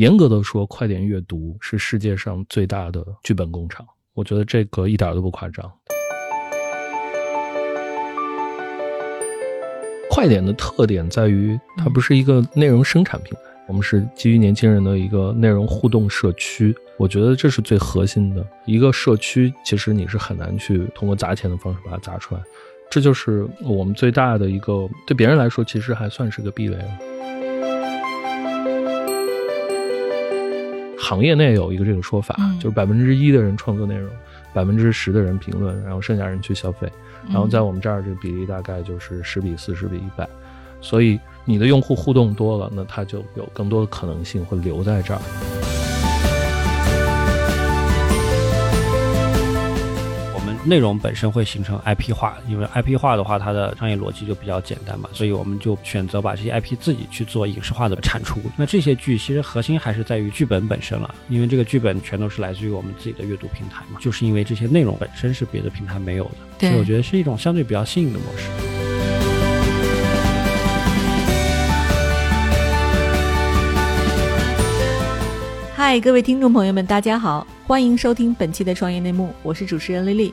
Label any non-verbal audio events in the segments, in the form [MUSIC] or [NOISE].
严格的说，快点阅读是世界上最大的剧本工厂，我觉得这个一点儿都不夸张。快点的特点在于，它不是一个内容生产平台，我们是基于年轻人的一个内容互动社区。我觉得这是最核心的一个社区，其实你是很难去通过砸钱的方式把它砸出来。这就是我们最大的一个，对别人来说其实还算是个壁垒了。行业内有一个这个说法，嗯就是百分之一的人创作内容，百分之十的人评论，然后剩下人去消费。然后在我们这儿这个比例大概就是十比四十比一百，所以你的用户互动多了，那他就有更多的可能性会留在这儿。我们内容本身会形成 IP 化，因为 IP 化的话，它的商业逻辑就比较简单嘛，所以我们就选择把这些 IP 自己去做影视化的产出。那这些剧其实核心还是在于剧本本身了，因为这个剧本全都是来自于我们自己的阅读平台嘛，就是因为这些内容本身是别的平台没有的，对所以我觉得是一种相对比较新颖的模式。嗨，各位听众朋友们，大家好，欢迎收听本期的创业内幕，我是主持人丽丽。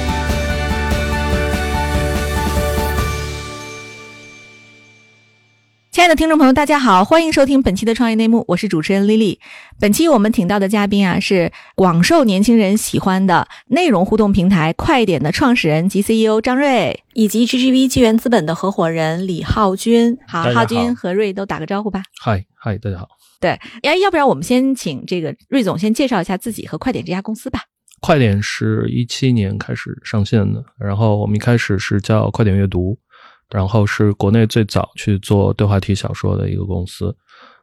亲爱的听众朋友，大家好，欢迎收听本期的创业内幕，我是主持人 Lily。本期我们请到的嘉宾啊，是广受年轻人喜欢的内容互动平台快点的创始人及 CEO 张瑞，以及 GGV 纪元资本的合伙人李浩军。好，大家好浩军和瑞都打个招呼吧。嗨嗨，大家好！对，哎，要不然我们先请这个瑞总先介绍一下自己和快点这家公司吧。快点是一七年开始上线的，然后我们一开始是叫快点阅读，然后是国内最早去做对话体小说的一个公司，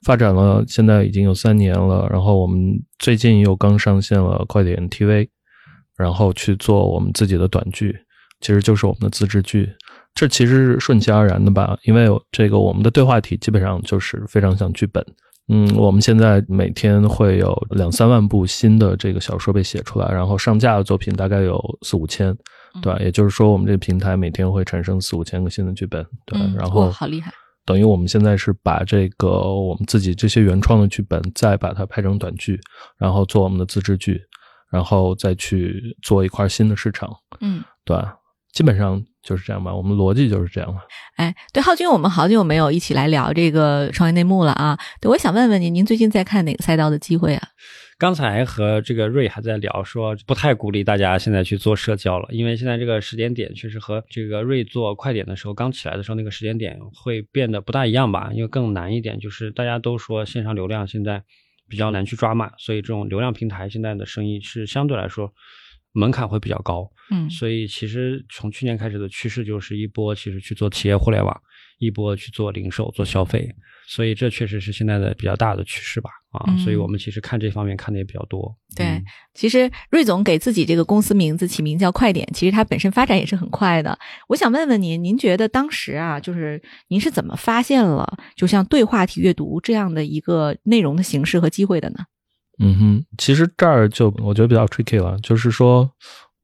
发展了现在已经有三年了，然后我们最近又刚上线了快点 TV，然后去做我们自己的短剧，其实就是我们的自制剧。这其实是顺其而然的吧，因为这个我们的对话体基本上就是非常像剧本，嗯，我们现在每天会有两三万部新的这个小说被写出来，然后上架的作品大概有四五千，嗯对吧？也就是说，我们这个平台每天会产生四五千个新的剧本，对吧。嗯然哇后好厉害！等于我们现在是把这个我们自己这些原创的剧本，再把它拍成短剧，然后做我们的自制剧，然后再去做一块新的市场，嗯，对吧？基本上就是这样吧，我们逻辑就是这样吧。哎，对，浩军，我们好久没有一起来聊这个创业内幕了啊。对，我想问问您，您最近在看哪个赛道的机会啊？刚才和这个瑞还在聊说，不太鼓励大家现在去做社交了，因为现在这个时间点确实和这个瑞做快点的时候刚起来的时候那个时间点会变得不大一样吧，因为更难一点，就是大家都说线上流量现在比较难去抓嘛，所以这种流量平台现在的生意是相对来说门槛会比较高，嗯所以其实从去年开始的趋势就是一波其实去做企业互联网，一波去做零售、做消费，所以这确实是现在的比较大的趋势吧。啊，嗯所以我们其实看这方面看的也比较多。对嗯其实瑞总给自己这个公司名字起名叫“快点”，其实它本身发展也是很快的。我想问问您，您觉得当时啊，就是您是怎么发现了就像对话体阅读这样的一个内容的形式和机会的呢？嗯哼，其实这儿就我觉得比较 tricky 了，就是说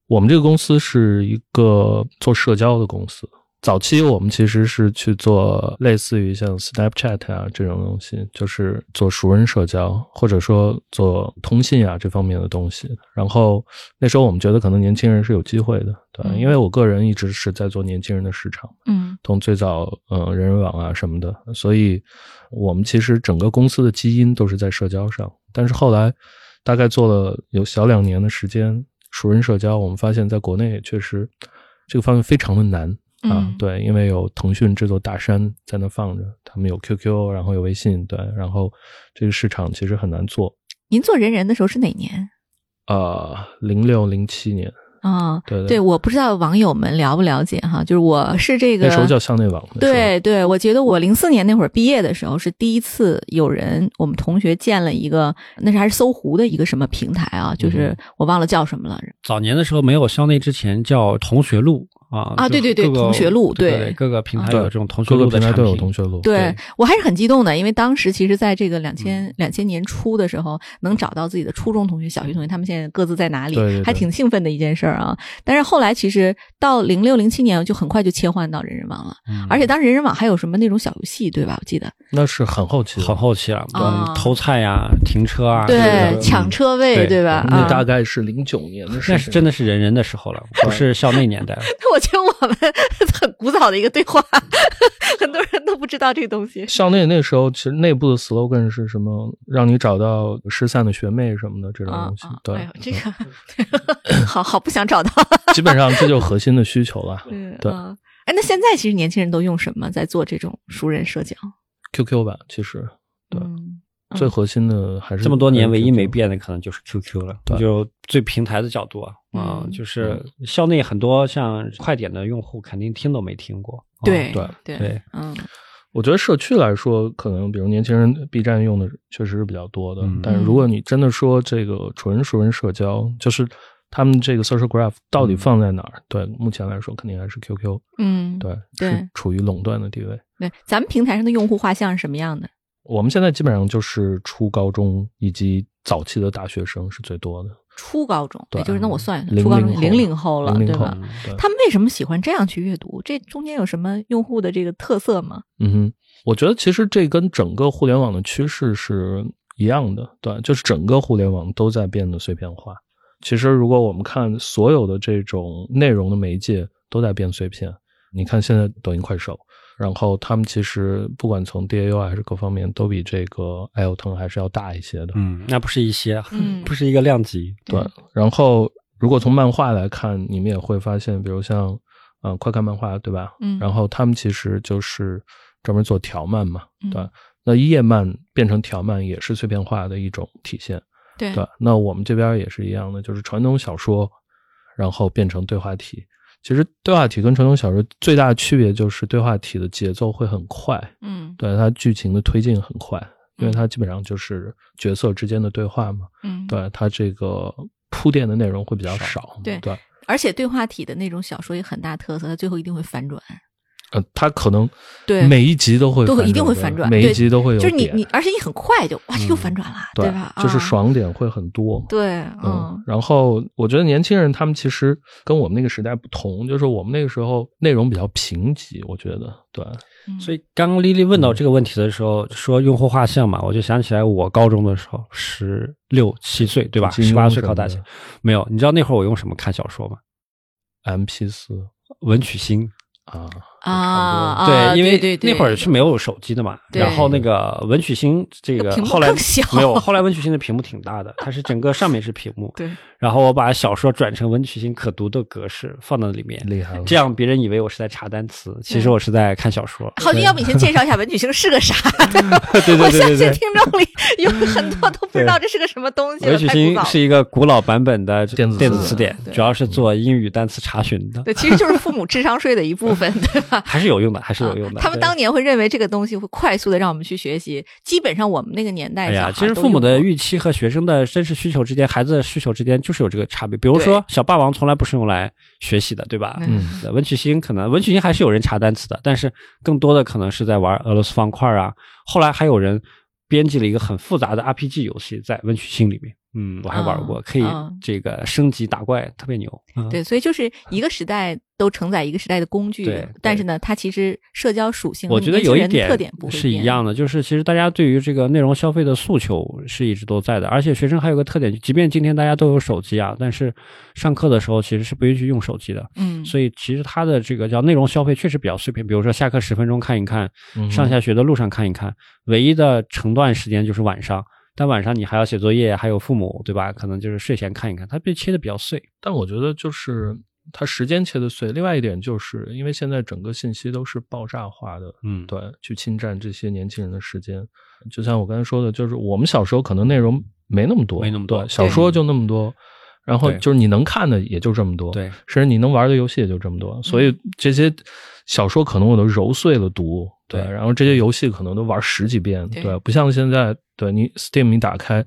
我们这个公司是一个做社交的公司。早期我们其实是去做类似于像 Snapchat 啊这种东西，就是做熟人社交，或者说做通信啊这方面的东西。然后那时候我们觉得可能年轻人是有机会的，对吧，嗯因为我个人一直是在做年轻人的市场。嗯从最早嗯、呃人人网啊什么的，所以我们其实整个公司的基因都是在社交上。但是后来大概做了有小两年的时间，熟人社交，我们发现在国内也确实这个方面非常的难啊。嗯对，因为有腾讯这座大山在那放着，他们有 QQ，然后有微信，对，然后这个市场其实很难做。您做人人的时候是哪年呃，零六零七年，啊、对对对，我不知道网友们了不了解哈，就是我是这个那时候叫校内网，那时候对对，我觉得我零四年那会儿毕业的时候，是第一次有人我们同学建了一个，那是还是搜狐的一个什么嗯平台啊，就是我忘了叫什么了。早年的时候没有校内之前叫同学录啊啊就对对对各个同学录对对各个平台啊有这种同学各录个的平台产都有品同学录，对我还是很激动的，因为当时其实在这个两千嗯两千年初的时候，能找到自己的初中同学、小学同学，他们现在各自在哪里，对对对还挺兴奋的一件事儿啊。但是后来其实到零六零七年，就很快就切换到人人网了，嗯而且当时人人网还有什么那种小游戏，对吧？我记得那是很后期了，很后期了，啊嗯，偷菜呀、停车啊，对这个的抢车位，对对吧？嗯那啊大，概是零九年的事情，那是真的是人人的时候了，不是校内年代了。 [LAUGHS] 我觉得我们很古早的一个对话， [LAUGHS] 很多人都不知道这个东西。校内那时候其实内部的 slogan 是什么？让你找到失散的学妹什么的这种啊东西。啊！对、嗯哎呦，这个 [LAUGHS] 好好不想找到。基本上这就是核心的需求了。 [LAUGHS] 嗯，对啊哎，那现在其实年轻人都用什么在做这种熟人社交？ QQ 吧，其实对嗯嗯最核心的还是呃这么多年唯一没 QQ 变的可能就是 QQ 了，对就最平台的角度啊，嗯啊，就是校内很多像快点的用户肯定听都没听过。啊对哦对对对，嗯我觉得社区来说，可能比如年轻人 B 站用的确实是比较多的，嗯但是如果你真的说这个纯熟人社交，就是他们这个 social graph 到底放在哪儿？对，目前来说肯定还是 QQ，嗯，对，对是处于垄断的地位。对，咱们平台上的用户画像是什么样的？我们现在基本上就是初高中以及早期的大学生是最多的，初高中，对也就是那我算一00算，初高中后零零后了，零对零后吧？，对，他们为什么喜欢这样去阅读？这中间有什么用户的这个特色吗？嗯哼，我觉得其实这跟整个互联网的趋势是一样的，对，就是整个互联网都在变得碎片化。其实如果我们看所有的这种内容的媒介都在变碎片，你看现在抖音、快手，然后他们其实不管从 DAU 啊还是各方面，都比这个爱优腾还是要大一些的。嗯，那不是一些，嗯不是一个量级。对，然后如果从漫画来看，你们也会发现，比如像嗯、呃快看漫画对吧？嗯然后他们其实就是专门做条漫嘛，嗯对。那页漫变成条漫也是碎片化的一种体现，对对。那我们这边也是一样的，就是传统小说，然后变成对话体。其实对话体跟传统小说最大的区别就是对话体的节奏会很快，嗯对它剧情的推进很快，因为它基本上就是角色之间的对话嘛。嗯，。对它这个铺垫的内容会比较少，对对，而且对话体的那种小说也很大特色，它最后一定会反转。呃，它可能对每一集都会都会一定会的反转每对一集都会有就是你点你，而且你很快就哇，这又嗯反转了，对吧？就是啊爽点会很多，对，嗯嗯，然后我觉得年轻人他们其实跟我们那个时代不同，就是我们那个时候内容比较贫瘠，我觉得对，嗯所以刚刚丽丽问到嗯这个问题的时候，说用户画像嘛，我就想起来我高中的时候，十六七岁对吧？金庸十八岁什考么大的学，没有。你知道那会儿我用什么看小说吗？ M P 四文曲星。啊，啊啊，对，因对为对那会儿是没有手机的嘛，对然后那个文曲星这那个屏幕后来更小，没有，后来文曲星的屏幕挺大的，它是整个上面是屏幕 [LAUGHS] 对然后我把小说转成文曲星可读的格式放到里面，厉害了，这样别人以为我是在查单词，其实嗯对我是在看 [LAUGHS] 小说。郝军，要不你先介绍一下文曲星是 [LAUGHS] 个啥？对对我对相对信对。听众里有很多都不知道这是个什么东西了，文曲太古星早了是一个古老版本的电子电词子词典典，对主要是做英语单词查询的，对，其实就是父母智商税的 [LAUGHS] 一部分， [LAUGHS] 对吧？还是有用的，还是有用的。啊他们对当年会认为这个东西会快速的让我们去学习，基本上我们那个年代哎小呀，孩其实都父母用的过预期和学生的真实需求之间，孩子的需求之间就是有这个差别。比如对说，小霸王从来不是用来学习的，对吧？嗯嗯对文曲星可能文曲星还是有人查单词的，但是更多的可能是在玩俄罗斯方块啊。后来还有人编辑了一个很复杂的 RPG 游戏在文曲星里面，嗯，我还玩过，啊可以啊这个升级打怪，特别牛。嗯、对，所以就是一个时代都承载一个时代的工具对，但是呢，它其实社交属性，我觉得年轻有一人的点特点不会是一变样的，就是其实大家对于这个内容消费的诉求是一直都在的，而且学生还有个特点，即便今天大家都有手机啊，但是上课的时候其实是不允许用手机的，嗯，所以其实它的这个叫内容消费确实比较碎片，比如说下课十分钟看一看，嗯哼上下学的路上看一看，唯一的成段时间就是晚上。但晚上你还要写作业，还有父母，对吧？可能就是睡前看一看，它被切的比较碎。但我觉得就是它时间切的碎，另外一点就是因为现在整个信息都是爆炸化的，嗯，对，去侵占这些年轻人的时间。就像我刚才说的，就是我们小时候可能内容没那么多，没那么多对小说就那么多，然后对就是你能看的也就这么多，，对，嗯甚至你能玩的游戏也就这么多，所以这些小说可能我都揉碎了读，对，对然后这些游戏可能都玩十几遍，对对，不像现在，对你 Steam 你打开。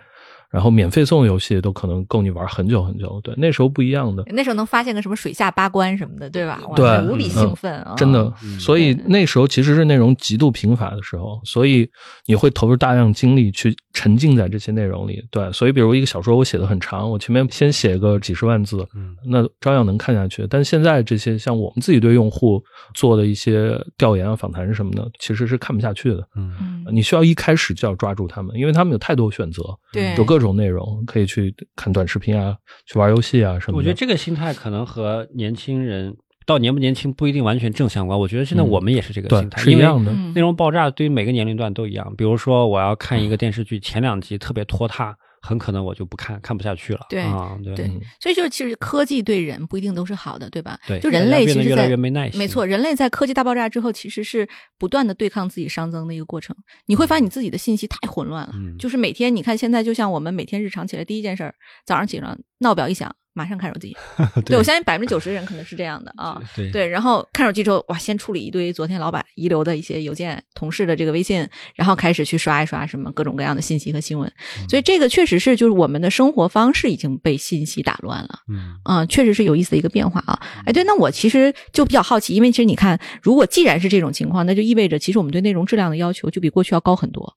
然后免费送的游戏都可能够你玩很久很久。对，那时候不一样的，那时候能发现个什么水下八关什么的，对吧？哇对无比嗯兴奋啊！真的嗯。所以对那时候其实是内容极度贫乏的时候，所以你会投入大量精力去沉浸在这些内容里。对，所以比如一个小说我写的很长，我前面先写个几十万字，嗯那照样能看下去。但现在这些像我们自己对用户做的一些调研啊、访谈什么的，其实是看不下去的。嗯嗯，你需要一开始就要抓住他们，因为他们有太多选择，对，有各种内容可以去看短视频啊，去玩游戏啊什么的。我觉得这个心态可能和年轻人到年不年轻不一定完全正相关。我觉得现在嗯我们也是这个心态，对是一因为样的。嗯内容爆炸对于每个年龄段都一样。比如说，我要看嗯一个电视剧，前两集特别拖沓，很可能我就不看，看不下去了。对啊，对对嗯，所以就是其实科技对人不一定都是好的，对吧？对就人类其大家变得实越在来越没耐心。没错，，人类在科技大爆炸之后，其实是不断的对抗自己熵增的一个过程。你会发现你自己的信息太混乱了，嗯就是每天你看现在，就像我们每天日常起来第一件事儿，早上起床闹表一响，马上看手机。 [LAUGHS] 对我相信百分之九十的人可能是这样的啊。对对，然后看手机之后，哇，先处理一堆昨天老板遗留的一些邮件、同事的这个微信，然后开始去刷一刷什么各种各样的信息和新闻。所以这个确实是，就是我们的生活方式已经被信息打乱了。嗯嗯，确实是有意思的一个变化啊。哎，对，那我其实就比较好奇，因为其实你看，如果既然是这种情况，那就意味着其实我们对内容质量的要求就比过去要高很多，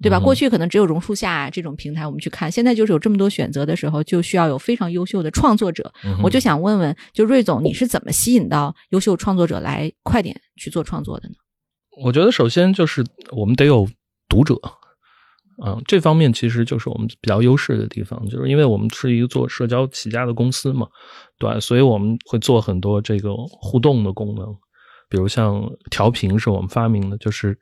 对吧？嗯过去可能只有榕树下这种平台我们去看，现在就是有这么多选择的时候，就需要有非常优秀的创作者。嗯哼我就想问问，就瑞总，你是怎么吸引到优秀创作者来快点去做创作的呢？我觉得首先就是我们得有读者，嗯，这方面其实就是我们比较优势的地方，就是因为我们是一个做社交起家的公司嘛，对，所以我们会做很多这个互动的功能，比如像调频是我们发明的，就是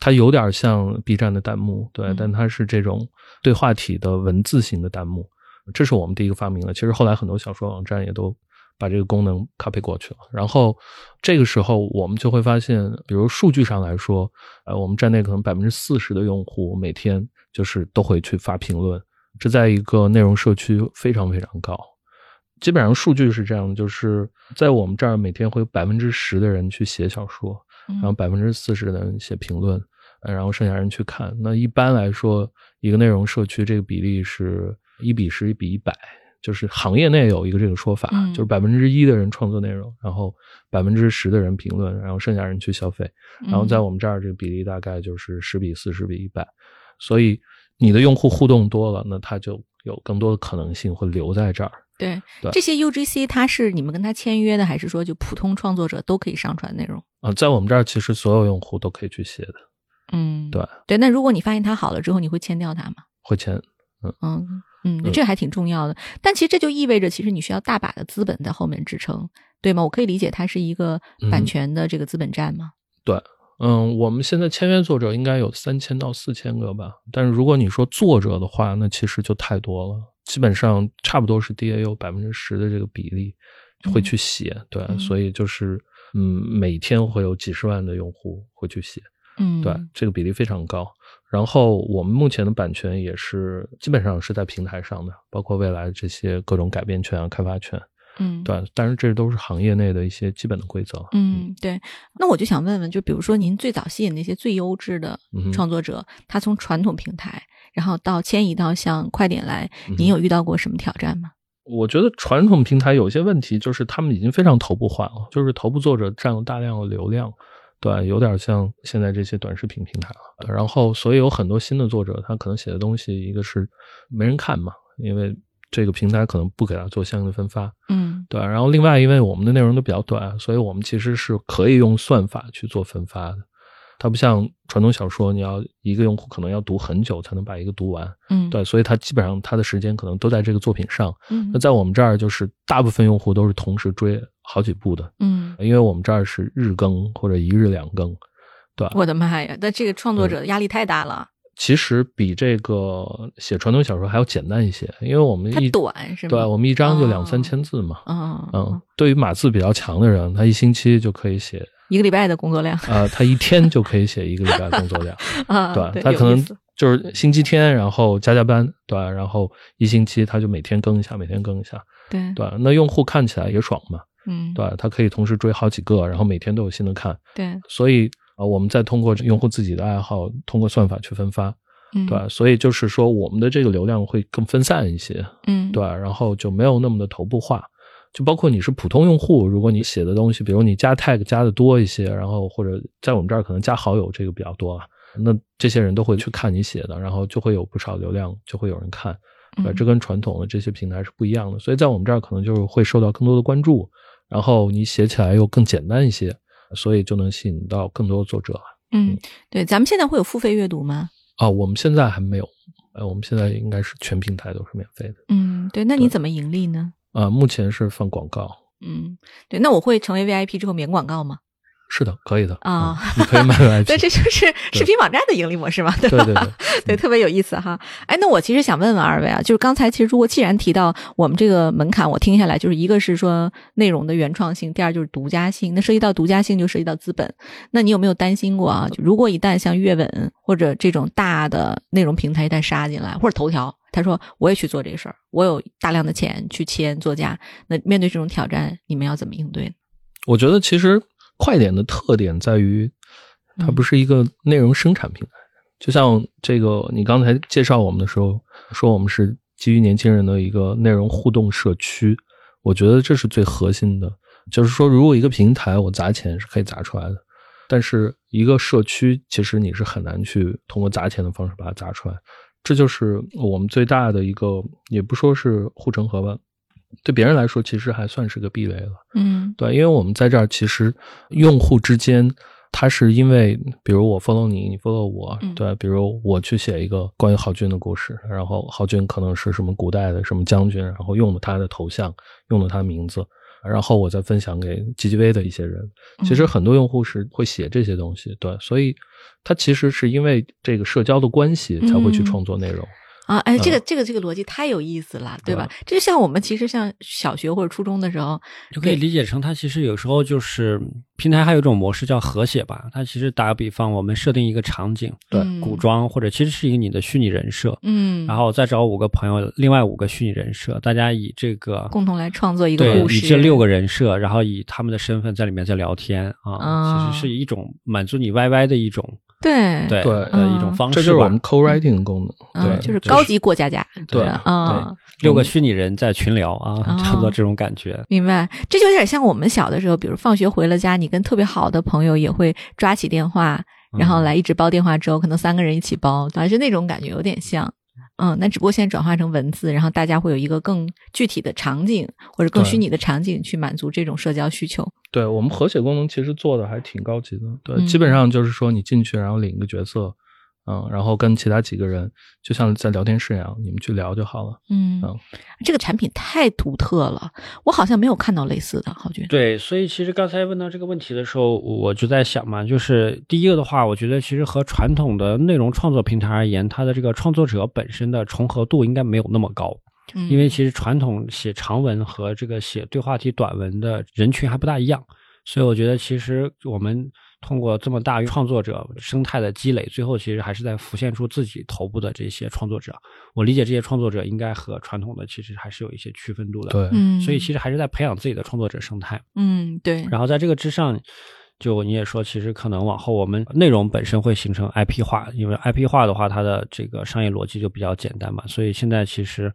它有点像 B 站的弹幕，对嗯，但它是这种对话体的文字型的弹幕，这是我们第一个发明的。其实后来很多小说网站也都把这个功能 copy 过去了。然后这个时候我们就会发现，比如数据上来说，呃，我们站内可能百分之四十的用户每天就是都会去发评论，这在一个内容社区非常非常高。基本上数据是这样的，就是在我们这儿每天会有百分之十的人去写小说，然嗯后百分之四十的人写评论，呃然后剩下人去看。那一般来说，一个内容社区这个比例是一比十、一比一百，就是行业内有一个这个说法，嗯就是百分之一的人创作内容，然后百分之十的人评论，然后剩下人去消费。嗯然后在我们这儿，这个比例大概就是十比四十比一百，所以你的用户互动多了，那他就有更多的可能性会留在这儿。对对这些 UGC，它是你们跟他签约的，还是说就普通创作者都可以上传内容？啊、在我们这儿，其实所有用户都可以去写的，嗯，对对。那如果你发现它好了之后，你会签掉它吗？会签。嗯嗯，嗯这还挺重要的。但其实这就意味着，其实你需要大把的资本在后面支撑，对吗？我可以理解它是一个版嗯权的这个资本战吗？嗯，我们现在签约作者应该有三千到四千个吧，但是如果你说作者的话，那其实就太多了，基本上差不多是 DAU 百分之十的这个比例会去写，对，嗯所以就是嗯，每天会有几十万的用户会去写，嗯，对，这个比例非常高。然后我们目前的版权也是基本上是在平台上的，包括未来这些各种改编权啊、开发权，嗯，对，但是这都是行业内的一些基本的规则，嗯，对。那我就想问问，就比如说您最早吸引那些最优质的嗯哼创作者，他从传统平台，然后到迁移到像快点来，嗯您有遇到过什么挑战吗？我觉得传统平台有一些问题，就是他们已经非常头部化了，就是头部作者占了大量的流量，对，有点像现在这些短视频平台了。对然后，所以有很多新的作者，他可能写的东西，一个是没人看嘛，因为这个平台可能不给他做相应的分发，嗯对。然后，另外因为我们的内容都比较短，所以我们其实是可以用算法去做分发的。它不像传统小说，你要一个用户可能要读很久才能把一个读完，嗯，对，所以他基本上他的时间可能都在这个作品上。嗯，那在我们这儿，就是大部分用户都是同时追好几部的，嗯，因为我们这儿是日更或者一日两更，对吧？我的妈呀，那这个创作者的压力太大了，其实比这个写传统小说还要简单一些，因为我们它一短是吗？对，我们一章就两哦三千字嘛。嗯嗯，对于码字比较强的人，他一星期就可以写，一个礼拜的工作量呃，他一天就可以写一个礼拜工作量， [LAUGHS] 啊，对吧对，他有可意能思就是星期天，然后加加班，对吧，然后一星期他就每天更一下，每天更一下，对，对吧，那用户看起来也爽嘛，嗯，对吧，他可以同时追好几个，然后每天都有新的看，对，所以啊、呃我们再通过用户自己的爱好，通过算法去分发。嗯，对吧，所以就是说我们的这个流量会更分散一些，嗯，对吧，然后就没有那么的头部化。就包括你是普通用户，如果你写的东西，比如你加 tag 加的多一些，然后或者在我们这儿可能加好友这个比较多啊，那这些人都会去看你写的，然后就会有不少流量，就会有人看，对吧嗯这跟传统的这些平台是不一样的，所以在我们这儿可能就是会受到更多的关注，然后你写起来又更简单一些，所以就能吸引到更多的作者嗯，对，咱们现在会有付费阅读吗？啊。我们现在还没有，呃，我们现在应该是全平台都是免费的，嗯，对，那你对怎么盈利呢？啊，目前是放广告，嗯，对，那我会成为 VIP 之后免广告吗？是的，可以的啊嗯你可以买 VIP， [LAUGHS] 对，这就是视频网站的盈利模式嘛，对吧？对对对。对，特别有意思哈。哎，那我其实想问问二位啊，就是刚才其实如果既然提到我们这个门槛，我听下来就是一个是说内容的原创性，第二就是独家性。那涉及到独家性，就涉及到资本。那你有没有担心过啊？就如果一旦像阅文或者这种大的内容平台一旦杀进来，或者头条，他说我也去做这事儿，我有大量的钱去签作家，那面对这种挑战，你们要怎么应对呢？我觉得其实快点的特点在于，它嗯不是一个内容生产平台。就像这个，你刚才介绍我们的时候说，我们是基于年轻人的一个内容互动社区，我觉得这是最核心的。就是说，如果一个平台我砸钱是可以砸出来的，但是一个社区其实你是很难去通过砸钱的方式把它砸出来。这就是我们最大的一个，也不说是护城河吧，对别人来说其实还算是个壁垒了。嗯对，因为我们在这儿其实用户之间，他是因为比如我 follow 你，你 follow 我嗯，对，比如我去写一个关于郝军的故事，然后郝军可能是什么古代的什么将军，然后用了他的头像，用了他名字，然后我再分享给 GGV 的一些人。其实嗯很多用户是会写这些东西，对，所以他其实是因为这个社交的关系才会去嗯创作内容。啊，哎，这嗯个这个这个逻辑太有意思了，对对吧？这就像我们其实像小学或者初中的时候，就可以理解成它其实有时候就是平台还有一种模式叫和谐吧。它其实打个比方，我们设定一个场景，对嗯古，装或者其实是一个你的虚拟人设，嗯，然后再找五个朋友，另外五个虚拟人设，大家以这个共同来创作一个对故以事，这六个人设，然后以他们的身份在里面在聊天啊啊，其实是一种满足你 YY 的一种对对对的一种方这式就是我吧们。co-writing 的功能，啊对，嗯就是高级过家家，对啊。六个虚拟人在群聊啊，啊差不多这种感觉。明白，这就有点像我们小的时候，比如放学回了家，你跟特别好的朋友也会抓起电话，嗯然后来一直煲电话粥，可能三个人一起煲，反正是那种感觉有点像。嗯，那只不过现在转化成文字，然后大家会有一个更具体的场景或者更对虚拟的场景去满足这种社交需求。对我们和谐功能其实做的还挺高级的，对，嗯基本上就是说你进去，然后领一个角色，嗯，然后跟其他几个人就像在聊天室一样，你们去聊就好了。嗯嗯，这个产品太独特了，我好像没有看到类似的，郝军。对，所以其实刚才问到这个问题的时候，我就在想嘛，就是第一个的话，我觉得其实和传统的内容创作平台而言，它的这个创作者本身的重合度应该没有那么高，嗯，因为其实传统写长文和这个写对话题短文的人群还不大一样，所以我觉得其实我们通过这么大创作者生态的积累，最后其实还是在浮现出自己头部的这些创作者。我理解这些创作者应该和传统的其实还是有一些区分度的，对，嗯，所以其实还是在培养自己的创作者生态。嗯，对，然后在这个之上，就你也说，其实可能往后我们内容本身会形成 IP 化，因为 IP 化的话，它的这个商业逻辑就比较简单嘛。所以现在其实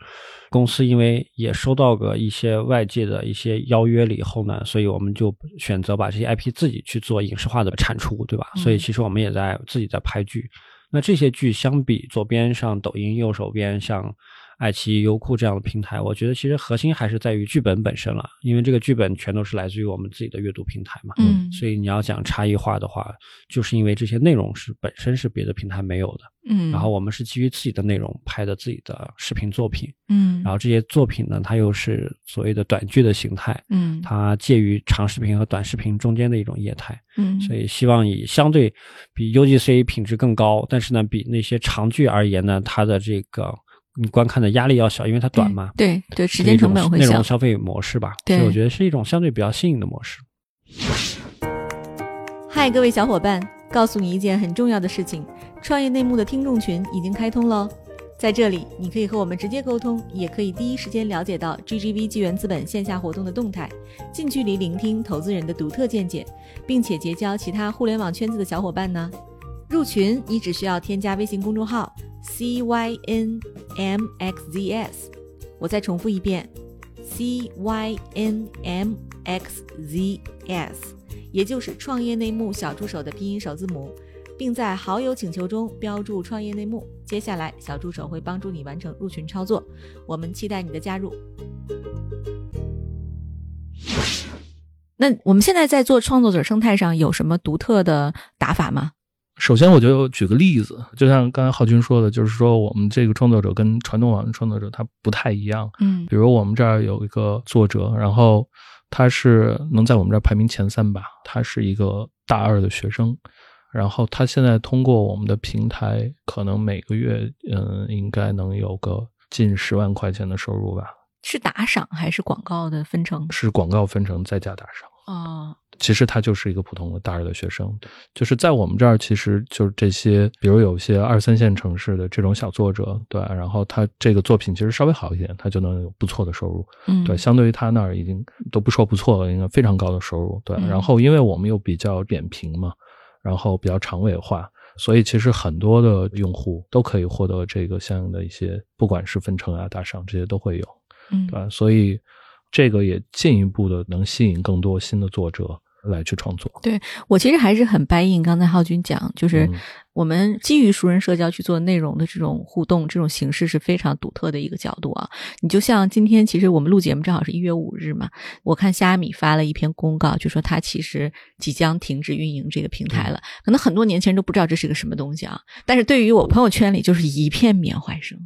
公司因为也收到个一些外界的一些邀约了以后呢，所以我们就选择把这些 IP 自己去做影视化的产出，对吧？所以其实我们也在自己在拍剧。那这些剧相比左边上抖音，右手边像爱奇艺、优酷这样的平台，我觉得其实核心还是在于剧本本身了，因为这个剧本全都是来自于我们自己的阅读平台嘛。嗯所以你要讲差异化的话，就是因为这些内容是本身是别的平台没有的，嗯，然后我们是基于自己的内容拍的自己的视频作品，嗯，然后这些作品呢，它又是所谓的短剧的形态，嗯，它介于长视频和短视频中间的一种业态。嗯，所以希望以相对比 UGC 品质更高，但是呢，比那些长剧而言呢，它的这个你观看的压力要小，因为它短嘛，对对，时是间一种成本会内小容。消费模式吧，对所以我觉得是一种相对比较新颖的模式。嗨，各位小伙伴，告诉你一件很重要的事情：创业内幕的听众群已经开通喽。在这里，你可以和我们直接沟通，也可以第一时间了解到 GGV 纪元资本线下活动的动态，近距离聆听投资人的独特见解，并且结交其他互联网圈子的小伙伴呢。入群，你只需要添加微信公众号 c y n m x z s。我再重复一遍，c y n m x z s，也就是创业内幕小助手的拼音首字母，并在好友请求中标注创业内幕。接下来，小助手会帮助你完成入群操作。我们期待你的加入。那我们现在在做创作者生态上有什么独特的打法吗？首先，我就举个例子，就像刚才浩军说的，就是说我们这个创作者跟传统网站创作者他不太一样。嗯比如我们这儿有一个作者，然后他是能在我们这儿排名前三吧，他是一个大二的学生，然后他现在通过我们的平台，可能每个月嗯应该能有个近十万块钱的收入吧，是打赏还是广告的分成？是广告分成再加打赏。哦，其实他就是一个普通的大二的学生，就是在我们这儿，其实就是这些，比如有些二三线城市的这种小作者，对，然后他这个作品其实稍微好一点，他就能有不错的收入，嗯，对，相对于他那儿已经都不说不错了，应该非常高的收入，对。嗯然后因为我们又比较扁平嘛，然后比较长尾化，所以其实很多的用户都可以获得这个相应的一些，不管是分成啊、打赏这些都会有，嗯，对吧。所以这个也进一步的能吸引更多新的作者来去创作。我其实还是很 buy in。刚才浩军讲，就是嗯我们基于熟人社交去做内容的这种互动，这种形式是非常独特的一个角度啊。你就像今天，其实我们录节目正好是一月五日嘛，我看虾米发了一篇公告，就说它其实即将停止运营这个平台了。可能很多年轻人都不知道这是个什么东西啊，但是对于我朋友圈里就是一片缅怀声。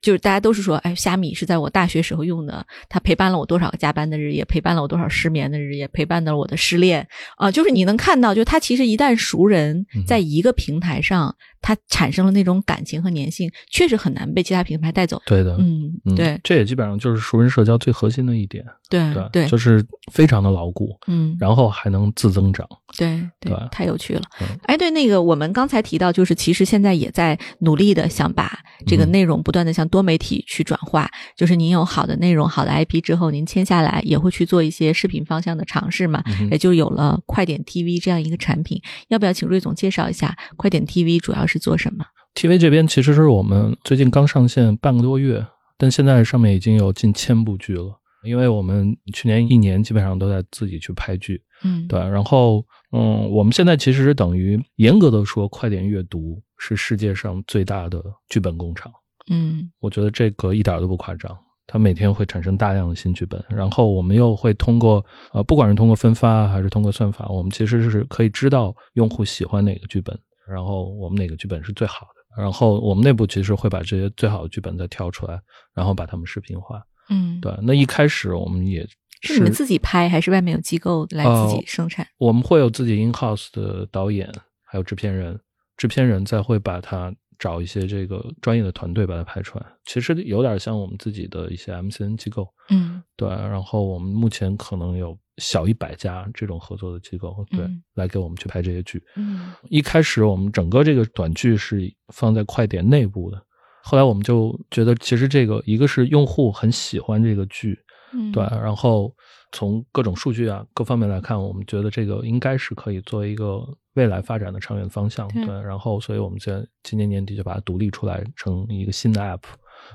就是大家都是说，哎，虾米是在我大学时候用的，它陪伴了我多少个加班的日夜，陪伴了我多少失眠的日夜，陪伴了我的失恋，啊，就是你能看到，就他其实一旦熟人嗯在一个平台上，他产生了那种感情和粘性，确实很难被其他平台带走。对的，嗯，嗯对这也基本上就是熟人社交最核心的一点，对对，对，就是非常的牢固，嗯，然后还能自增长。对对对，太有趣了嗯。哎，对，那个我们刚才提到，就是其实现在也在努力的想把这个嗯内容不断的向多媒体去转化。就是您有好的内容、好的 IP 之后，您签下来也会去做一些视频方向的尝试嘛，嗯哼也就有了快点 TV 这样一个产品。要不要请瑞总介绍一下快点 TV 主要是做什么？ TV 这边其实是我们最近刚上线半个多月，但现在上面已经有近千部剧了。因为我们去年一年基本上都在自己去拍剧，嗯，对，然后嗯，我们现在其实等于严格的说，快点阅读是世界上最大的剧本工厂。嗯我觉得这个一点都不夸张。它每天会产生大量的新剧本，然后我们又会通过呃，不管是通过分发还是通过算法，我们其实是可以知道用户喜欢哪个剧本，然后我们哪个剧本是最好的，然后我们内部其实会把这些最好的剧本再挑出来，然后把它们视频化。嗯，，对，那一开始我们也是你们自己拍还是外面有机构来哦自己生产？呃我们会有自己 in house 的导演，还有制片人，制片人再会把它找一些这个专业的团队把它拍出来。其实有点像我们自己的一些 MCN 机构，嗯对。啊然后我们目前可能有小一百家这种合作的机构，对，嗯来给我们去拍这些剧。嗯一开始我们整个这个短剧是放在快点内部的，后来我们就觉得其实这个一个是用户很喜欢这个剧，嗯，对，然后从各种数据啊各方面来看，我们觉得这个应该是可以作为一个未来发展的长远方向。对对，然后所以我们现在今年年底就把它独立出来成一个新的 app，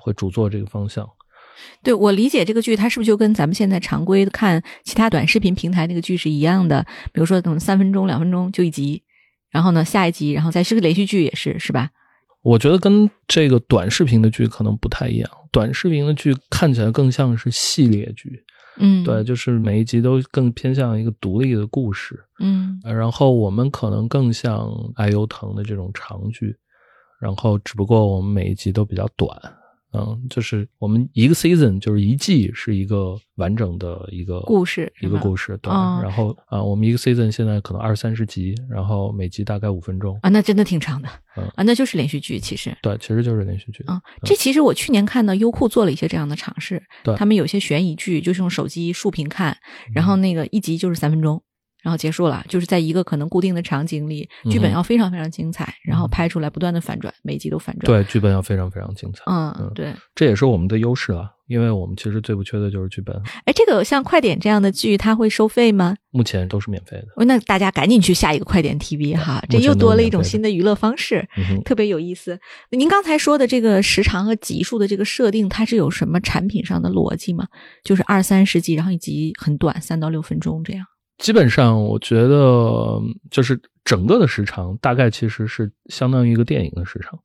会主做这个方向。对我理解这个剧，它是不是就跟咱们现在常规看其他短视频平台那个剧是一样的？比如说等三分钟、两分钟就一集，然后呢下一集，然后再是个连续剧也是，是吧？我觉得跟这个短视频的剧可能不太一样，短视频的剧看起来更像是系列剧，嗯，对，，就是每一集都更偏向一个独立的故事。嗯呃然后我们可能更像爱优腾的这种长剧，然后只不过我们每一集都比较短，嗯，就是我们一个 season 就是一季是一个完整的一个故事一个故事事，对。哦然后啊、我们一个 season 现在可能二三十集，然后每集大概五分钟，啊，那真的挺长的、嗯啊，那就是连续剧其实。对，其实就是连续剧。啊、这其实我去年看到优酷做了一些这样的尝试对，嗯他们有些悬疑剧就是用手机竖屏看，然后那个一集就是三分钟，然后结束了，就是在一个可能固定的场景里，剧嗯本哼要非常非常精彩，然后嗯拍出来不断的反转，每一集都反转。对，剧本要非常非常精彩。嗯，对。这也是我们的优势啊，因为我们其实最不缺的就是剧本，哎，这个像快点这样的剧，它会收费吗？目前都是免费的。哦那大家赶紧去下一个快点 TV 哈，这目前又都多是了一免种费的新的娱乐方式，嗯哼，特别有意思。您刚才说的这个时长和集数的这个设定，它是有什么产品上的逻辑吗？就是二三十集，然后一集很短，三到六分钟这样。基本上我觉得嗯就是整个的时长大概其实是相当于一个电影的时长，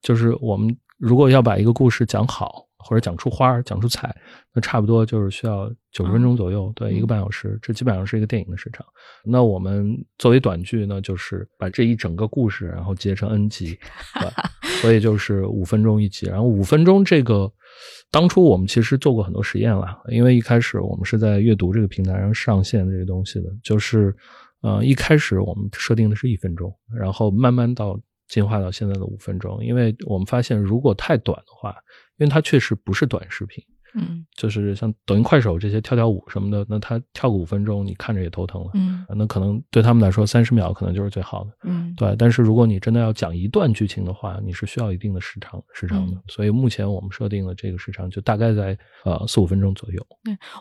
就是我们如果要把一个故事讲好。或者讲出花儿，讲出彩，那差不多就是需要九十分钟左右，对，嗯一个半小时，这基本上是一个电影的时长。那我们作为短剧呢，就是把这一整个故事，然后结成 N 集，对，所以就是五分钟一集。然后五分钟这个，当初我们其实做过很多实验了，因为一开始我们是在阅读这个平台上上线这个东西的，就是呃一开始我们设定的是一分钟，然后慢慢到进化到现在的五分钟，因为我们发现如果太短的话，因为它确实不是短视频。嗯就是像抖音、快手这些跳跳舞什么的，那他跳个五分钟，你看着也头疼了。啊嗯那可能对他们来说，三十秒可能就是最好的。嗯对，但是如果你真的要讲一段剧情的话，你是需要一定的时长时长的。嗯所以目前我们设定的这个时长就大概在呃四五分钟左右。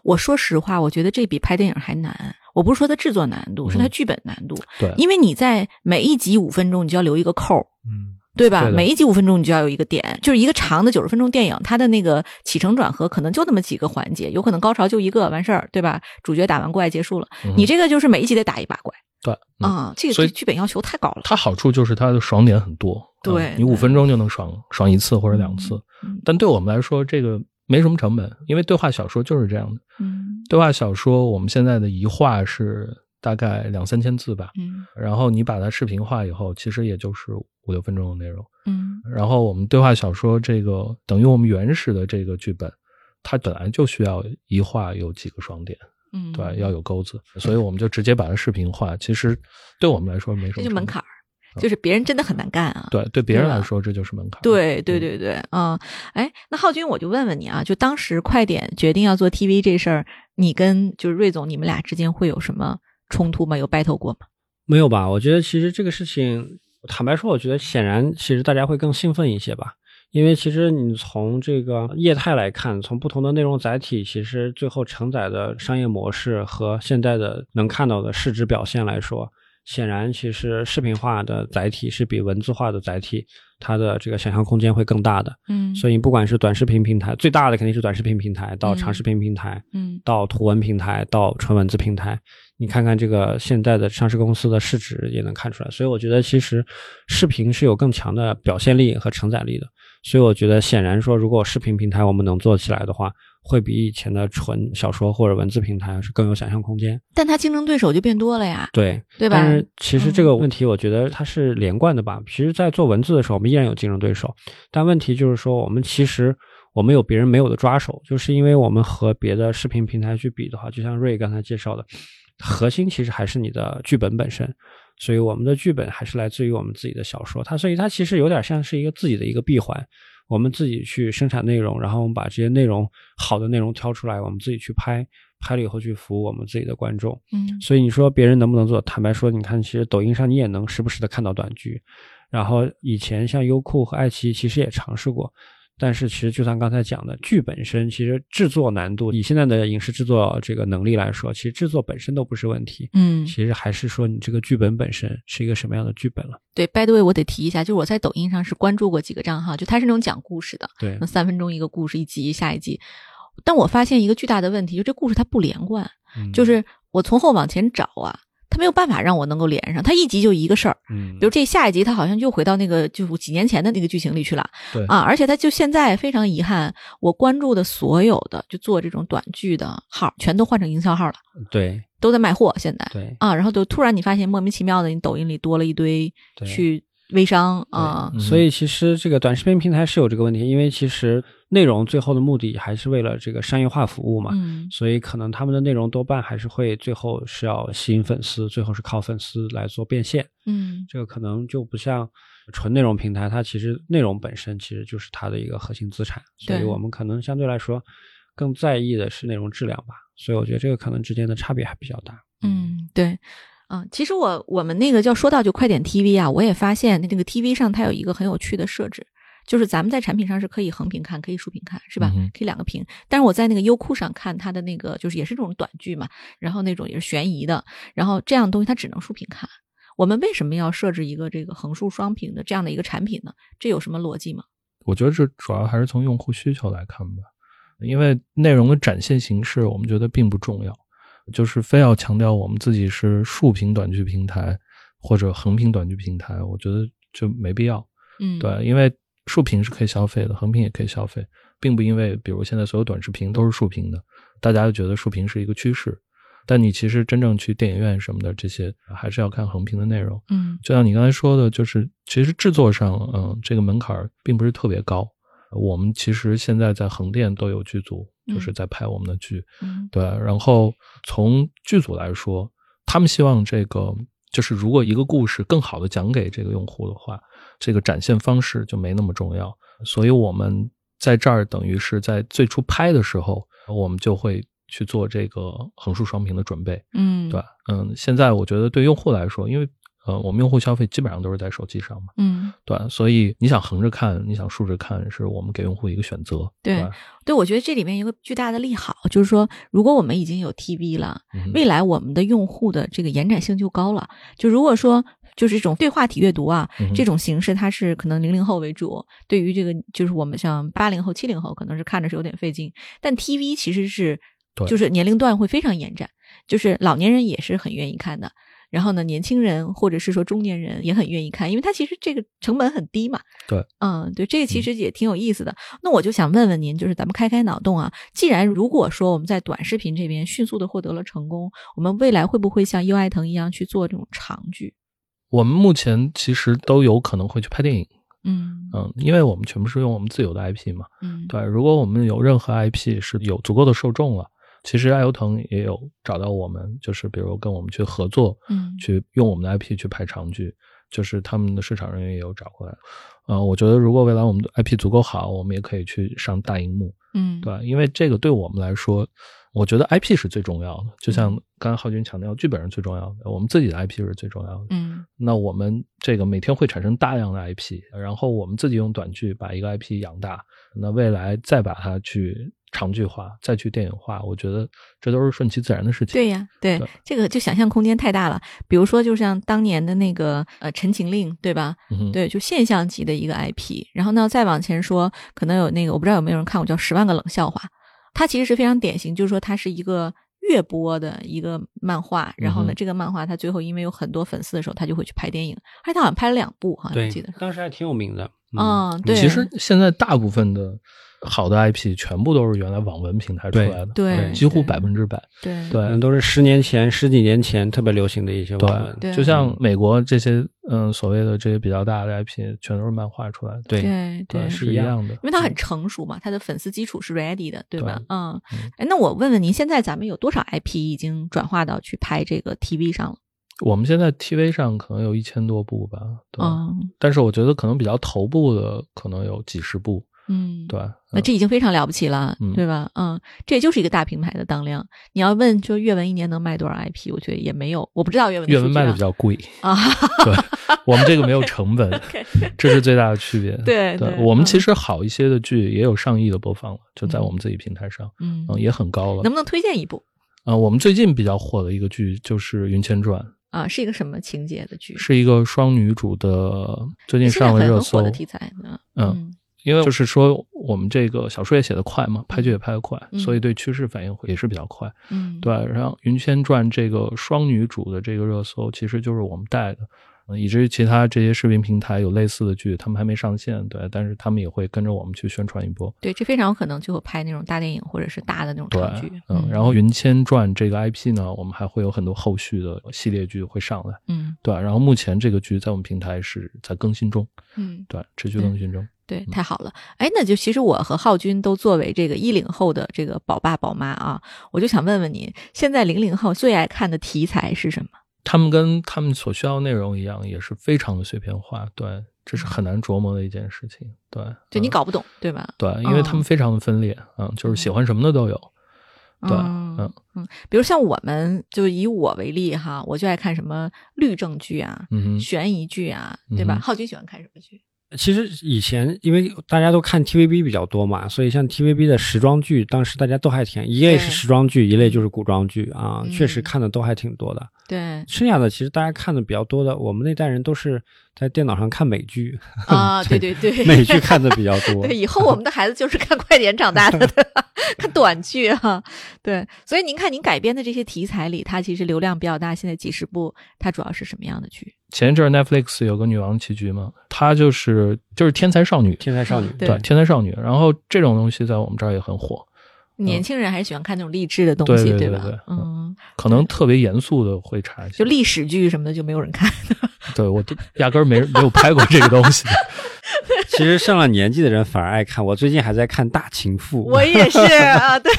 我说实话，我觉得这比拍电影还难。我不是说它制作难度，是它嗯剧本难度，对，因为你在每一集五分钟，你就要留一个扣儿。嗯，对吧？对的每一集五分钟，你就要有一个点，就是一个长的九十分钟电影，它的那个起承转合可能就那么几个环节，有可能高潮就一个完事儿，对吧？主角打完怪结束了，嗯你这个就是每一集得打一把怪对嗯啊、这个所对以剧本要求太高了。它好处就是它的爽点很多，对啊你五对分钟就能爽爽一次或者两次。嗯但对我们来说，这个没什么成本，因为对话小说就是这样的。嗯对话小说我们现在的一话是大概两三千字吧，嗯然后你把它视频化以后，其实也就是五六分钟的内容。嗯然后我们对话小说这个等于我们原始的这个剧本，它本来就需要一画有几个爽点，嗯，对吧，要有钩子，所以我们就直接把它视频化。其实对我们来说没什这么就成本门槛儿，嗯就是别人真的很难干啊。对，对别人对吧来说这就是门槛。对对嗯对对，嗯，哎，那浩军，我就问问你啊，就当时快点决定要做 TV 这事儿，你跟就是瑞总你们俩之间会有什么冲突吗？有 battle 过吗？没有吧？我觉得其实这个事情，坦白说，我觉得显然其实大家会更兴奋一些吧。因为其实你从这个业态来看，从不同的内容载体，其实最后承载的商业模式和现在的能看到的市值表现来说，显然其实视频化的载体是比文字化的载体它的这个想象空间会更大的。嗯所以以不管是短视频平台，最大的肯定是短视频平台，到长视频平台，嗯到图文平台，到纯文字平台，你看看这个现在的上市公司的市值也能看出来。所以我觉得其实视频是有更强的表现力和承载力的。所以我觉得显然说，如果视频平台我们能做起来的话，会比以前的纯小说或者文字平台是更有想象空间。但他竞争对手就变多了呀，对，对吧？嗯但是其实这个问题，我觉得它是连贯的吧。其实，在做文字的时候，我们依然有竞争对手，但问题就是说，我们其实我们有别人没有的抓手，就是因为我们和别的视频平台去比的话，就像瑞刚才介绍的，核心其实还是你的剧本本身。所以我们的剧本还是来自于我们自己的小说，它所以它其实有点像是一个自己的一个闭环，我们自己去生产内容，然后我们把这些内容好的内容挑出来，我们自己去拍，拍了以后去服务我们自己的观众。嗯所以你说别人能不能做？坦白说，你看，其实抖音上你也能时不时的看到短剧，然后以前像优酷和爱奇艺其实也尝试过，但是其实就像刚才讲的，剧本身其实制作难度，以现在的影视制作这个能力来说，其实制作本身都不是问题。嗯，其实还是说你这个剧本本身是一个什么样的剧本了，对。By the way，我得提一下，就是我在抖音上是关注过几个账号，就他是那种讲故事的，对那，三分钟一个故事，一集下一集。但我发现一个巨大的问题，就这故事它不连贯，嗯就是我从后往前找啊，它没有办法让我能够连上，它一集就一个事儿。嗯，比如这下一集，他好像又回到那个就是几年前的那个剧情里去了，对啊，而且他就现在非常遗憾，我关注的所有的就做这种短剧的号，全都换成营销号了，对都在卖货现在对啊，然后就突然你发现莫名其妙的，你抖音里多了一堆对去微商啊嗯，所以其实这个短视频平台是有这个问题，因为其实内容最后的目的还是为了这个商业化服务嘛，嗯所以可能他们的内容多半还是会最后是要吸引粉丝，最后是靠粉丝来做变现。嗯这个可能就不像纯内容平台，它其实内容本身其实就是它的一个核心资产，所以对我们可能相对来说更在意的是内容质量吧。所以我觉得这个可能之间的差别还比较大。嗯，对，嗯，其实我我们那个叫说到就快点 TV 啊，我也发现那个 TV 上它有一个很有趣的设置，就是咱们在产品上是可以横屏看，可以竖屏看，是吧？嗯哼可以两个屏。但是我在那个优酷上看它的那个，就是也是这种短剧嘛，然后那种也是悬疑的，然后这样东西它只能竖屏看。我们为什么要设置一个这个横竖双屏的这样的一个产品呢？这有什么逻辑吗？我觉得这主要还是从用户需求来看吧，因为内容的展现形式我们觉得并不重要，就是非要强调我们自己是竖屏短剧平台或者横屏短剧平台，我觉得就没必要。嗯，对，因为竖屏是可以消费的，横屏也可以消费，并不因为比如现在所有短视频都是竖屏的，大家就觉得竖屏是一个趋势。但你其实真正去电影院什么的，这些还是要看横屏的内容。嗯就像你刚才说的，就是其实制作上，嗯，这个门槛儿并不是特别高。我们其实现在在横店都有剧组，就是嗯在拍我们的剧。嗯对，然后从剧组来说，他们希望这个就是如果一个故事更好的讲给这个用户的话，这个展现方式就没那么重要。所以我们在这儿等于是在最初拍的时候，我们就会去做这个横竖双屏的准备。嗯，对，嗯，现在我觉得对用户来说，因为呃，我们用户消费基本上都是在手机上嘛，嗯。对，所以你想横着看，你想竖着看，是我们给用户一个选择。对吧对，我觉得这里面有个巨大的利好，就是说，如果我们已经有 TV 了，嗯未来我们的用户的这个延展性就高了。就如果说就是这种对话体阅读啊，嗯哼这种形式它是可能零零后为主，对于这个就是我们像八零后、七零后可能是看着是有点费劲，但 TV 其实是对就是年龄段会非常延展，就是老年人也是很愿意看的。然后呢，年轻人或者是说中年人也很愿意看，因为它其实这个成本很低嘛。对，嗯，对，这个其实也挺有意思的。那我就想问问您，就是咱们开开脑洞啊，既然如果说我们在短视频这边迅速的获得了成功，我们未来会不会像优爱腾一样去做这种长剧？我们目前其实都有可能会去拍电影。嗯嗯，因为我们全部是用我们自有的 IP 嘛。嗯，对，如果我们有任何 IP 是有足够的受众了，其实爱优腾也有找到我们，就是比如跟我们去合作，嗯去用我们的 IP 去拍长剧，就是他们的市场人员也有找过来。呃，我觉得如果未来我们的 IP 足够好，我们也可以去上大荧幕。嗯，对，因为这个对我们来说，我觉得 IP 是最重要的。就像嗯刚才浩军强调，剧本是最重要的，我们自己的 IP 是最重要的。嗯那我们这个每天会产生大量的 IP，然后我们自己用短剧把一个 IP 养大，那未来再把它去长剧化，再去电影化，我觉得这都是顺其自然的事情。对呀、对对这个就想象空间太大了。比如说，就像当年的那个呃《陈情令》，对吧？嗯哼，对，就现象级的一个 IP。然后呢，再往前说，可能有那个我不知道有没有人看过叫《十万个冷笑话》，它其实是非常典型，就是说它是一个月播的一个漫画。然后呢，嗯哼这个漫画它最后因为有很多粉丝的时候，它就会去拍电影，而且它好像拍了两部，好像对我记得。，当时还挺有名的。嗯，嗯对，其实现在大部分的好的 IP 全部都是原来网文平台出来的，对嗯对几乎对百分之百。对对，嗯，都是十年前、十几年前特别流行的一些网文。对就像美国这些嗯所谓的这些比较大的 IP，全都是漫画出来的。对对对对，是是一一样样的，因为它很成熟嘛，它的粉丝基础是 ready 的，对吧？嗯对嗯嗯，哎，那我问问您，现在咱们有多少 IP 已经转化到去拍这个 TV 上了？我们现在 TV 上可能有一千多部吧，对，嗯但是我觉得可能比较头部的可能有几十部，嗯，对，嗯那这已经非常了不起了，嗯对吧？嗯，这也就是一个大平台的当量。你要问，就阅文一年能卖多少 IP？我觉得也没有，我不知道阅文的阅文数据卖的量比较贵，啊，对，我们这个没 [LAUGHS] 有成本，这是最大的区别。对对，对我们嗯其实好一些的剧也有上亿的播放了，就在嗯我们自己平台上，嗯，嗯，也很高了能。不能推荐一部啊，我们最近比较火的一个剧就是《云千传》，啊？是一个什么情节的剧？是一个双女主的，最近现在上了很热很火搜的。题材呢。嗯因为就是说，我们这个小说也写得快嘛，拍剧也拍得快，嗯所以对趋势反应会也是比较快。嗯，对，然后《云千传》这个双女主的这个热搜，其实就是我们带的，嗯以至于其他这些视频平台有类似的剧，他们还没上线，对，但是他们也会跟着我们去宣传一波。嗯对，这非常有可能就会拍那种大电影或者是大的那种对长剧。，嗯，然后《云千传》这个 IP 呢，我们还会有很多后续的系列剧会上来，嗯对。然后目前这个剧在我们平台是在更新中，嗯，对，持续更新中。对，太好了。哎，那就其实我和浩军都作为这个一零后的这个宝爸宝妈啊，我就想问问您，现在零零后最爱看的题材是什么？他们跟他们所需要的内容一样，也是非常的碎片化，对，这是很难琢磨的一件事情，嗯对。就你嗯搞不懂，对吧？对，因为他哦嗯们非常的分裂，嗯，就是喜欢什么的都有，对，嗯嗯嗯，比如像我们，就以我为例哈，我就爱看什么律政剧啊、嗯哼，悬疑剧啊，对吧？嗯哼浩军喜欢看什么剧？其实以前因为大家都看 TVB 比较多嘛，所以像 TVB 的时装剧，当时大家都还挺，一类对是时装剧，一类就是古装剧啊，嗯确实看的都还挺多的。 [LAUGHS] 对剩下的其实大家看的比较多的，我们那代人都是在电脑上看美 [LAUGHS] 剧，啊，对对对，美剧看的比较多对，。以后我们的孩子就是看快点长大的，对吧看短剧啊。对，所以您看您改编的这些题材里，它其实流量比较大。现在几十部，它主要是什么样的剧？前一阵儿 Netflix 有个女王棋局嘛，她就是就是天才少女，天才少女，嗯对对，天才少女。然后这种东西在我们这儿也很火，年轻人还是喜欢看那种励志的东西，对对对吧对对嗯，可能特别严肃的会查一下就。历史剧什么的就没有人看。对我都压根儿没没有拍过这个东西。 [LAUGHS] 其实上了年纪的人反而爱看。我最近还在看《大情妇》，我也是啊，对，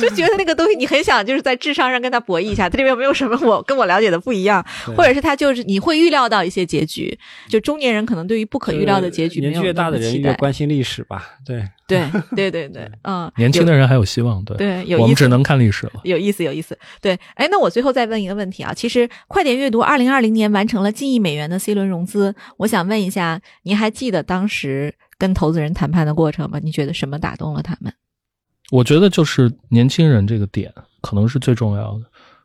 就觉得那个东西你很想就是在智商上跟他博弈一下，他这边有没有什么我跟我了解的不一样，对或者是他就是你会预料到一些结局，就中年人可能对于不可预料的结局没年有纪越大那的么人期越待关心历史吧？对，对对对对，嗯，年轻有的人还有希望，对，对有我意们思只能看历史了。有意思，有意思。对，哎，那我最后再问一个问题啊，其实快点阅读二零二零年完成了近亿美元的 C 轮融资，我想问一下，您还记得当时跟投资人谈判的过程吗？你觉得什么打动了他们？我觉得就是年轻人这个点可能是最重要的。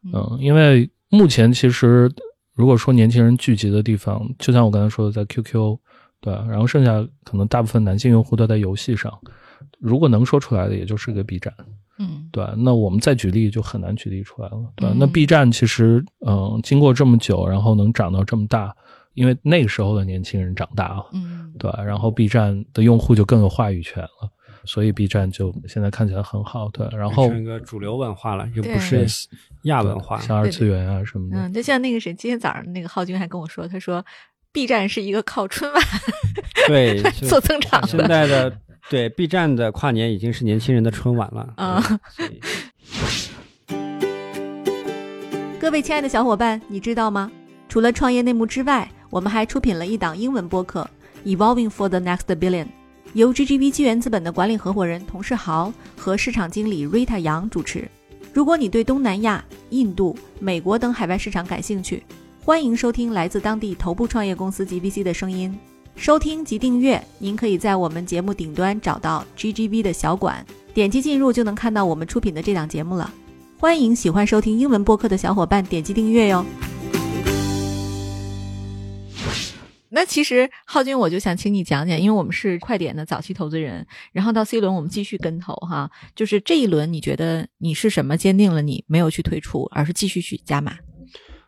嗯嗯，因为目前其实如果说年轻人聚集的地方，就像我刚才说的，在 QQ，对，然后剩下可能大部分男性用户都在游戏上。如果能说出来的，也就是个 B 站，嗯对。那我们再举例就很难举例出来了，对。嗯那 B 站其实，嗯、经过这么久，然后能长到这么大，因为那个时候的年轻人长大了，嗯对，然后 B 站的用户就更有话语权了，所以 B 站就现在看起来很好，对，然后成一个主流文化了，又对不是亚文化。像二次元啊什么的，嗯，就像那个谁，今天早上那个浩军还跟我说，他说 B 站是一个靠春晚对，就做增长现的。在的对 B 站的跨年已经是年轻人的春晚了啊所以各位亲爱的小伙伴，你知道吗？除了创业内幕之外，我们还出品了一档英文播客《Evolving for the Next Billion》，由 GGV 纪元资本的管理合伙人童世豪和市场经理 Rita 杨主持。如果你对东南亚、印度、美国等海外市场感兴趣，欢迎收听来自当地头部创业公司 GVC 的声音。收听及订阅，您可以在我们节目顶端找到 GGV 的小馆，点击进入就能看到我们出品的这档节目了。欢迎喜欢收听英文播客的小伙伴点击订阅哟。那其实浩军，我就想请你讲讲，因为我们是快点的早期投资人，然后到 C 轮我们继续跟投哈，就是这一轮你觉得你是什么坚定了你没有去退出，而是继续去加码？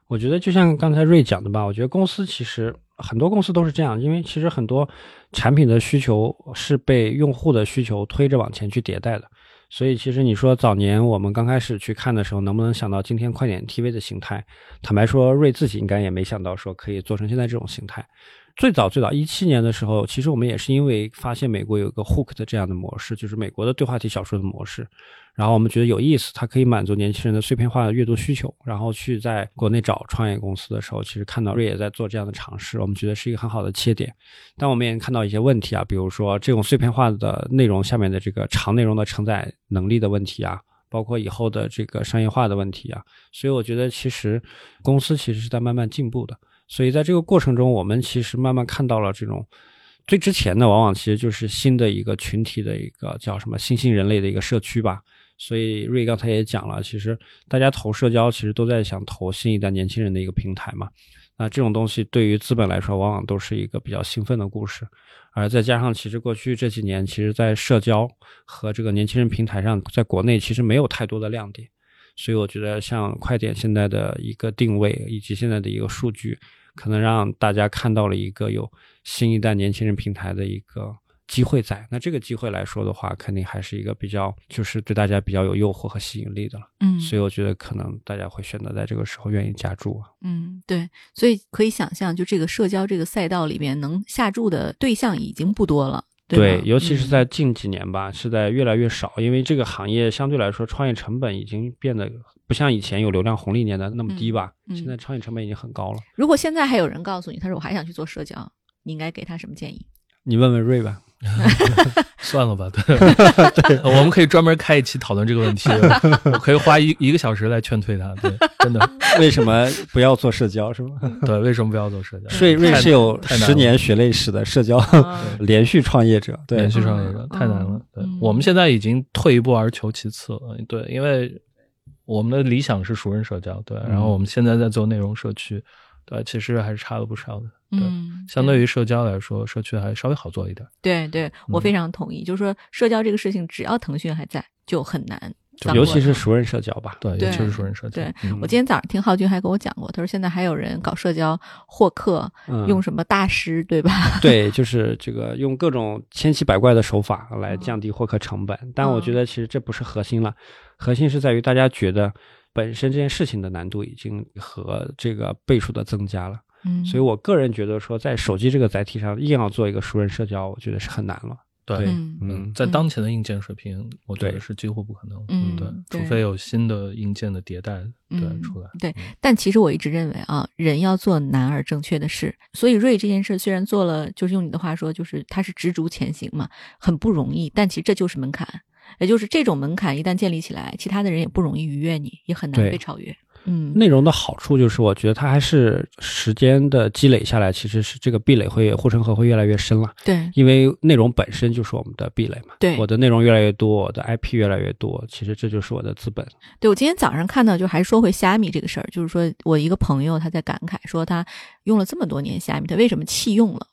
我觉得就像刚才瑞讲的吧，我觉得公司其实很多公司都是这样，因为其实很多产品的需求是被用户的需求推着往前去迭代的。所以其实你说早年我们刚开始去看的时候，能不能想到今天快点 TV 的形态？坦白说，瑞自己应该也没想到说可以做成现在这种形态。最早最早一七年的时候，其实我们也是因为发现美国有一个 Hook 的这样的模式，就是美国的对话体小说的模式，然后我们觉得有意思，它可以满足年轻人的碎片化的阅读需求。然后去在国内找创业公司的时候，其实看到瑞也在做这样的尝试，我们觉得是一个很好的切点。但我们也看到一些问题啊，比如说这种碎片化的内容下面的这个长内容的承载能力的问题啊，包括以后的这个商业化的问题啊。所以我觉得其实公司其实是在慢慢进步的。所以在这个过程中，我们其实慢慢看到了这种。最之前的往往其实就是新的一个群体的一个叫什么新兴人类的一个社区吧，所以瑞刚才也讲了，其实大家投社交，其实都在想投新一代年轻人的一个平台嘛。那这种东西对于资本来说，往往都是一个比较兴奋的故事，而再加上其实过去这几年，其实在社交和这个年轻人平台上，在国内其实没有太多的亮点，所以我觉得像快点现在的一个定位以及现在的一个数据，可能让大家看到了一个有新一代年轻人平台的一个机会在。那这个机会来说的话，肯定还是一个比较就是对大家比较有诱惑和吸引力的了。嗯所以我觉得可能大家会选择在这个时候愿意加注啊。嗯，对，所以可以想象，就这个社交这个赛道里面能下注的对象已经不多了，吧尤其是嗯在近几年吧，是在越来越少，因为这个行业相对来说创业成本已经变得不像以前有流量红利年代那么低吧。嗯嗯现在创业成本已经很高了。如果现在还有人告诉你，他说我还想去做社交，你应该给他什么建议？你问问瑞吧，算了吧， [LAUGHS] 对，对，我们可以专门开一期讨论这个问题，我可以花一一个小时来劝退他，对，真的，为什么不要做社交是吗？嗯对，为什么不要做社交？ [LAUGHS] 瑞瑞太是有太难十了年血泪史的社交嗯连续创业者，对连，续创业者嗯太难了。对嗯，我们现在已经退一步而求其次了。对，因为我们的理想是熟人社交，对，然后嗯我们现在在做内容社区，对，其实还是差了不少的。对，嗯，相对于社交来说，社区还稍微好做一点，对对，我非常同意，就是说社交这个事情，只要腾讯还在，就很难翻过来。尤其是熟人社交吧。对，对尤其是熟人社交对。嗯我今天早上听浩军还跟我讲过，他说现在还有人搞社交获客，嗯用什么大师对吧？ [LAUGHS] 对，就是这个用各种千奇百怪的手法来降低获客成本，嗯但我觉得其实这不是核心了，核心是在于大家觉得本身这件事情的难度已经和这个倍数的增加了，嗯，所以我个人觉得说在手机这个载体上硬要做一个熟人社交，我觉得是很难了。对对，嗯嗯，嗯，在当前的硬件水平，我觉得对是几乎不可能。嗯对，对除非有新的硬件的迭代，对嗯出来。对，但其实我一直认为啊，人要做难而正确的事。所以瑞这件事虽然做了，就是用你的话说，就是他是直足前行嘛，很不容易，但其实这就是门槛，也就是这种门槛一旦建立起来，其他的人也不容易逾越你，也很难对被超越。嗯，内容的好处就是，我觉得它还是时间的积累下来，其实是这个壁垒会护城河会越来越深了。对因为内容本身就是我们的壁垒嘛。对我的内容越来越多，我的 IP 越来越多，其实这就是我的资本。对，我今天早上看到，就还说回虾米这个事儿，就是说我一个朋友他在感慨说，他用了这么多年虾米，他为什么弃用了？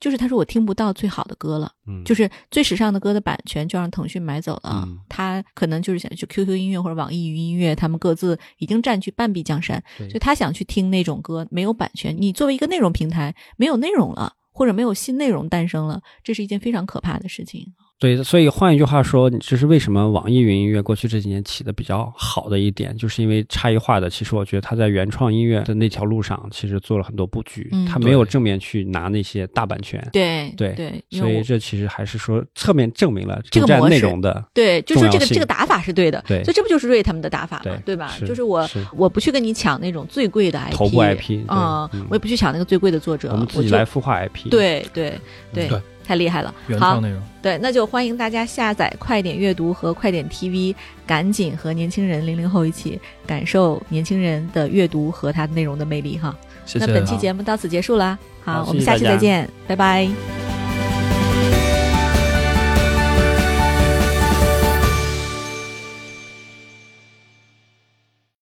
就是他说我听不到最好的歌了。嗯，就是最时尚的歌的版权就让腾讯买走了，嗯他可能就是想去 QQ 音乐或者网易云音乐，他们各自已经占据半壁江山，对所以他想去听那种歌没有版权。你作为一个内容平台，没有内容了，或者没有新内容诞生了，这是一件非常可怕的事情。对，所以换一句话说，你这是为什么网易云音乐过去这几年起的比较好的一点，就是因为差异化的。其实我觉得它在原创音乐的那条路上，其实做了很多布局，嗯它没有对正面去拿那些大版权。对对对，因所为以我这其实还是说侧面证明了这个主站模式内容的对，就说这重个要性这个打法是对的，对所以这不就是瑞他们的打法嘛对，啊对吧？是就是我是我不去跟你抢那种最贵的 IP，头部 IP 对啊、嗯我也不去抢那个最贵的作者，我们自己就来嗯孵化 IP。，对对对对太厉害了！原好创，内容，对，那就欢迎大家下载快点阅读和快点 TV，赶紧和年轻人零零后一起感受年轻人的阅读和它内容的魅力哈。谢谢。啊那本期节目到此结束啦，好，好我们谢谢下期大再家见，拜拜。拜